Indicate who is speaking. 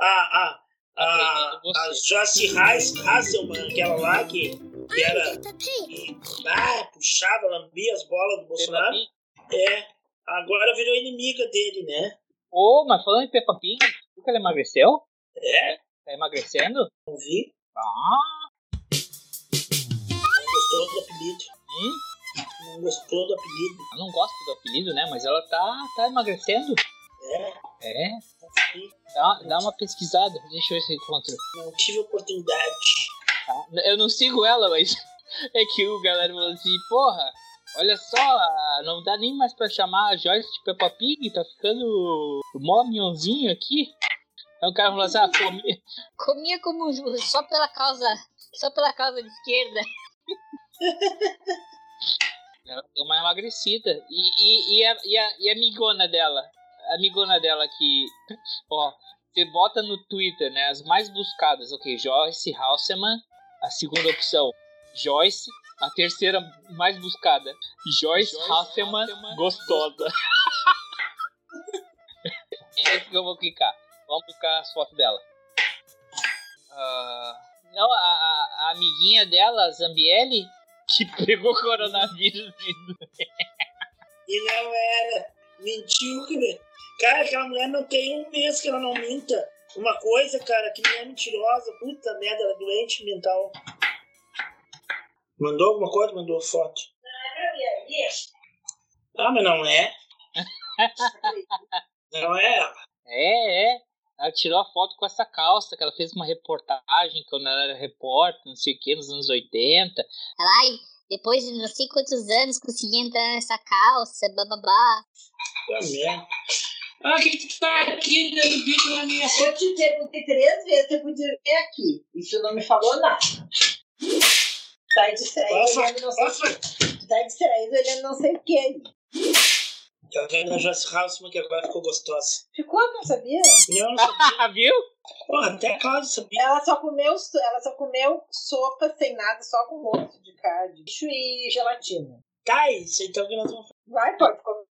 Speaker 1: a, a, a, Ah, a Joyce Hass- Hasselman, aquela lá que, que era. que, ah, puxava, lambia as bolas do
Speaker 2: Peppa
Speaker 1: Bolsonaro.
Speaker 2: Pig.
Speaker 1: É. Agora virou inimiga dele, né?
Speaker 2: Ô, mas falando em Peppa Pig, viu que ela emagreceu?
Speaker 1: É?
Speaker 2: Tá emagrecendo?
Speaker 1: Não vi.
Speaker 2: Ah,
Speaker 1: Não gostou do apelido.
Speaker 2: hum.
Speaker 1: Não gostou do apelido.
Speaker 2: Eu não gosto do apelido, né? Mas ela tá, tá emagrecendo.
Speaker 1: É.
Speaker 2: É.
Speaker 1: Não vi.
Speaker 2: Dá, dá uma pesquisada. Deixa eu ver se eu encontro.
Speaker 1: Não tive oportunidade.
Speaker 2: Tá? Eu não sigo ela, mas é que o galera falou assim, porra, olha só, não dá nem mais pra chamar a Joyce de Peppa Pig, tá ficando mó mionzinho aqui. Aí o cara falou assim, ah, comi.
Speaker 3: Comia como um ju- só pela causa. Só pela causa de esquerda.
Speaker 2: Ela deu uma emagrecida. E, e, e, a, e, a, e a amigona dela? A amigona dela que. Ó, você bota no Twitter, né? As mais buscadas. Ok, Joyce Halseman, a segunda opção. Joyce, a terceira mais buscada. Joyce, Halseman, gostosa. é isso que eu vou clicar. Vamos clicar as fotos dela. Ah, não, a, a- a amiguinha dela, a Zambielli, que pegou coronavírus e
Speaker 1: E não era. Mentiu, cara. Cara, aquela mulher não tem um mês que ela não minta. Uma coisa, cara, que mulher mentirosa. Puta merda, ela é doente mental. Mandou alguma coisa? Mandou foto. Ah, mas não é. Não é ela.
Speaker 2: É, é. Ela tirou a foto com essa calça, que ela fez uma reportagem quando ela era repórter, não sei o que, nos anos 80.
Speaker 3: Ai, depois de não sei quantos anos consegui entrar nessa calça, bababá.
Speaker 1: Tá merda. Ah, o que, que tu tá aqui dando bico na minha
Speaker 4: Eu te perguntei três vezes, você podia vir aqui. Isso não me falou nada. Tá distraído olhando não sei
Speaker 1: Nossa,
Speaker 4: Tá distraído olhando não sei o que aí.
Speaker 1: Tá vendo a Joyce Hausman que agora ficou gostosa.
Speaker 4: Ficou, não sabia?
Speaker 1: Eu não sabia.
Speaker 2: Ah, Viu?
Speaker 1: Porra, até a Cláudia sabia.
Speaker 4: Ela só comeu, so- ela só comeu sopa sem nada, só com rosto de carne, de bicho e gelatina.
Speaker 1: Tá, isso então que nós vamos
Speaker 4: Vai, pode comer.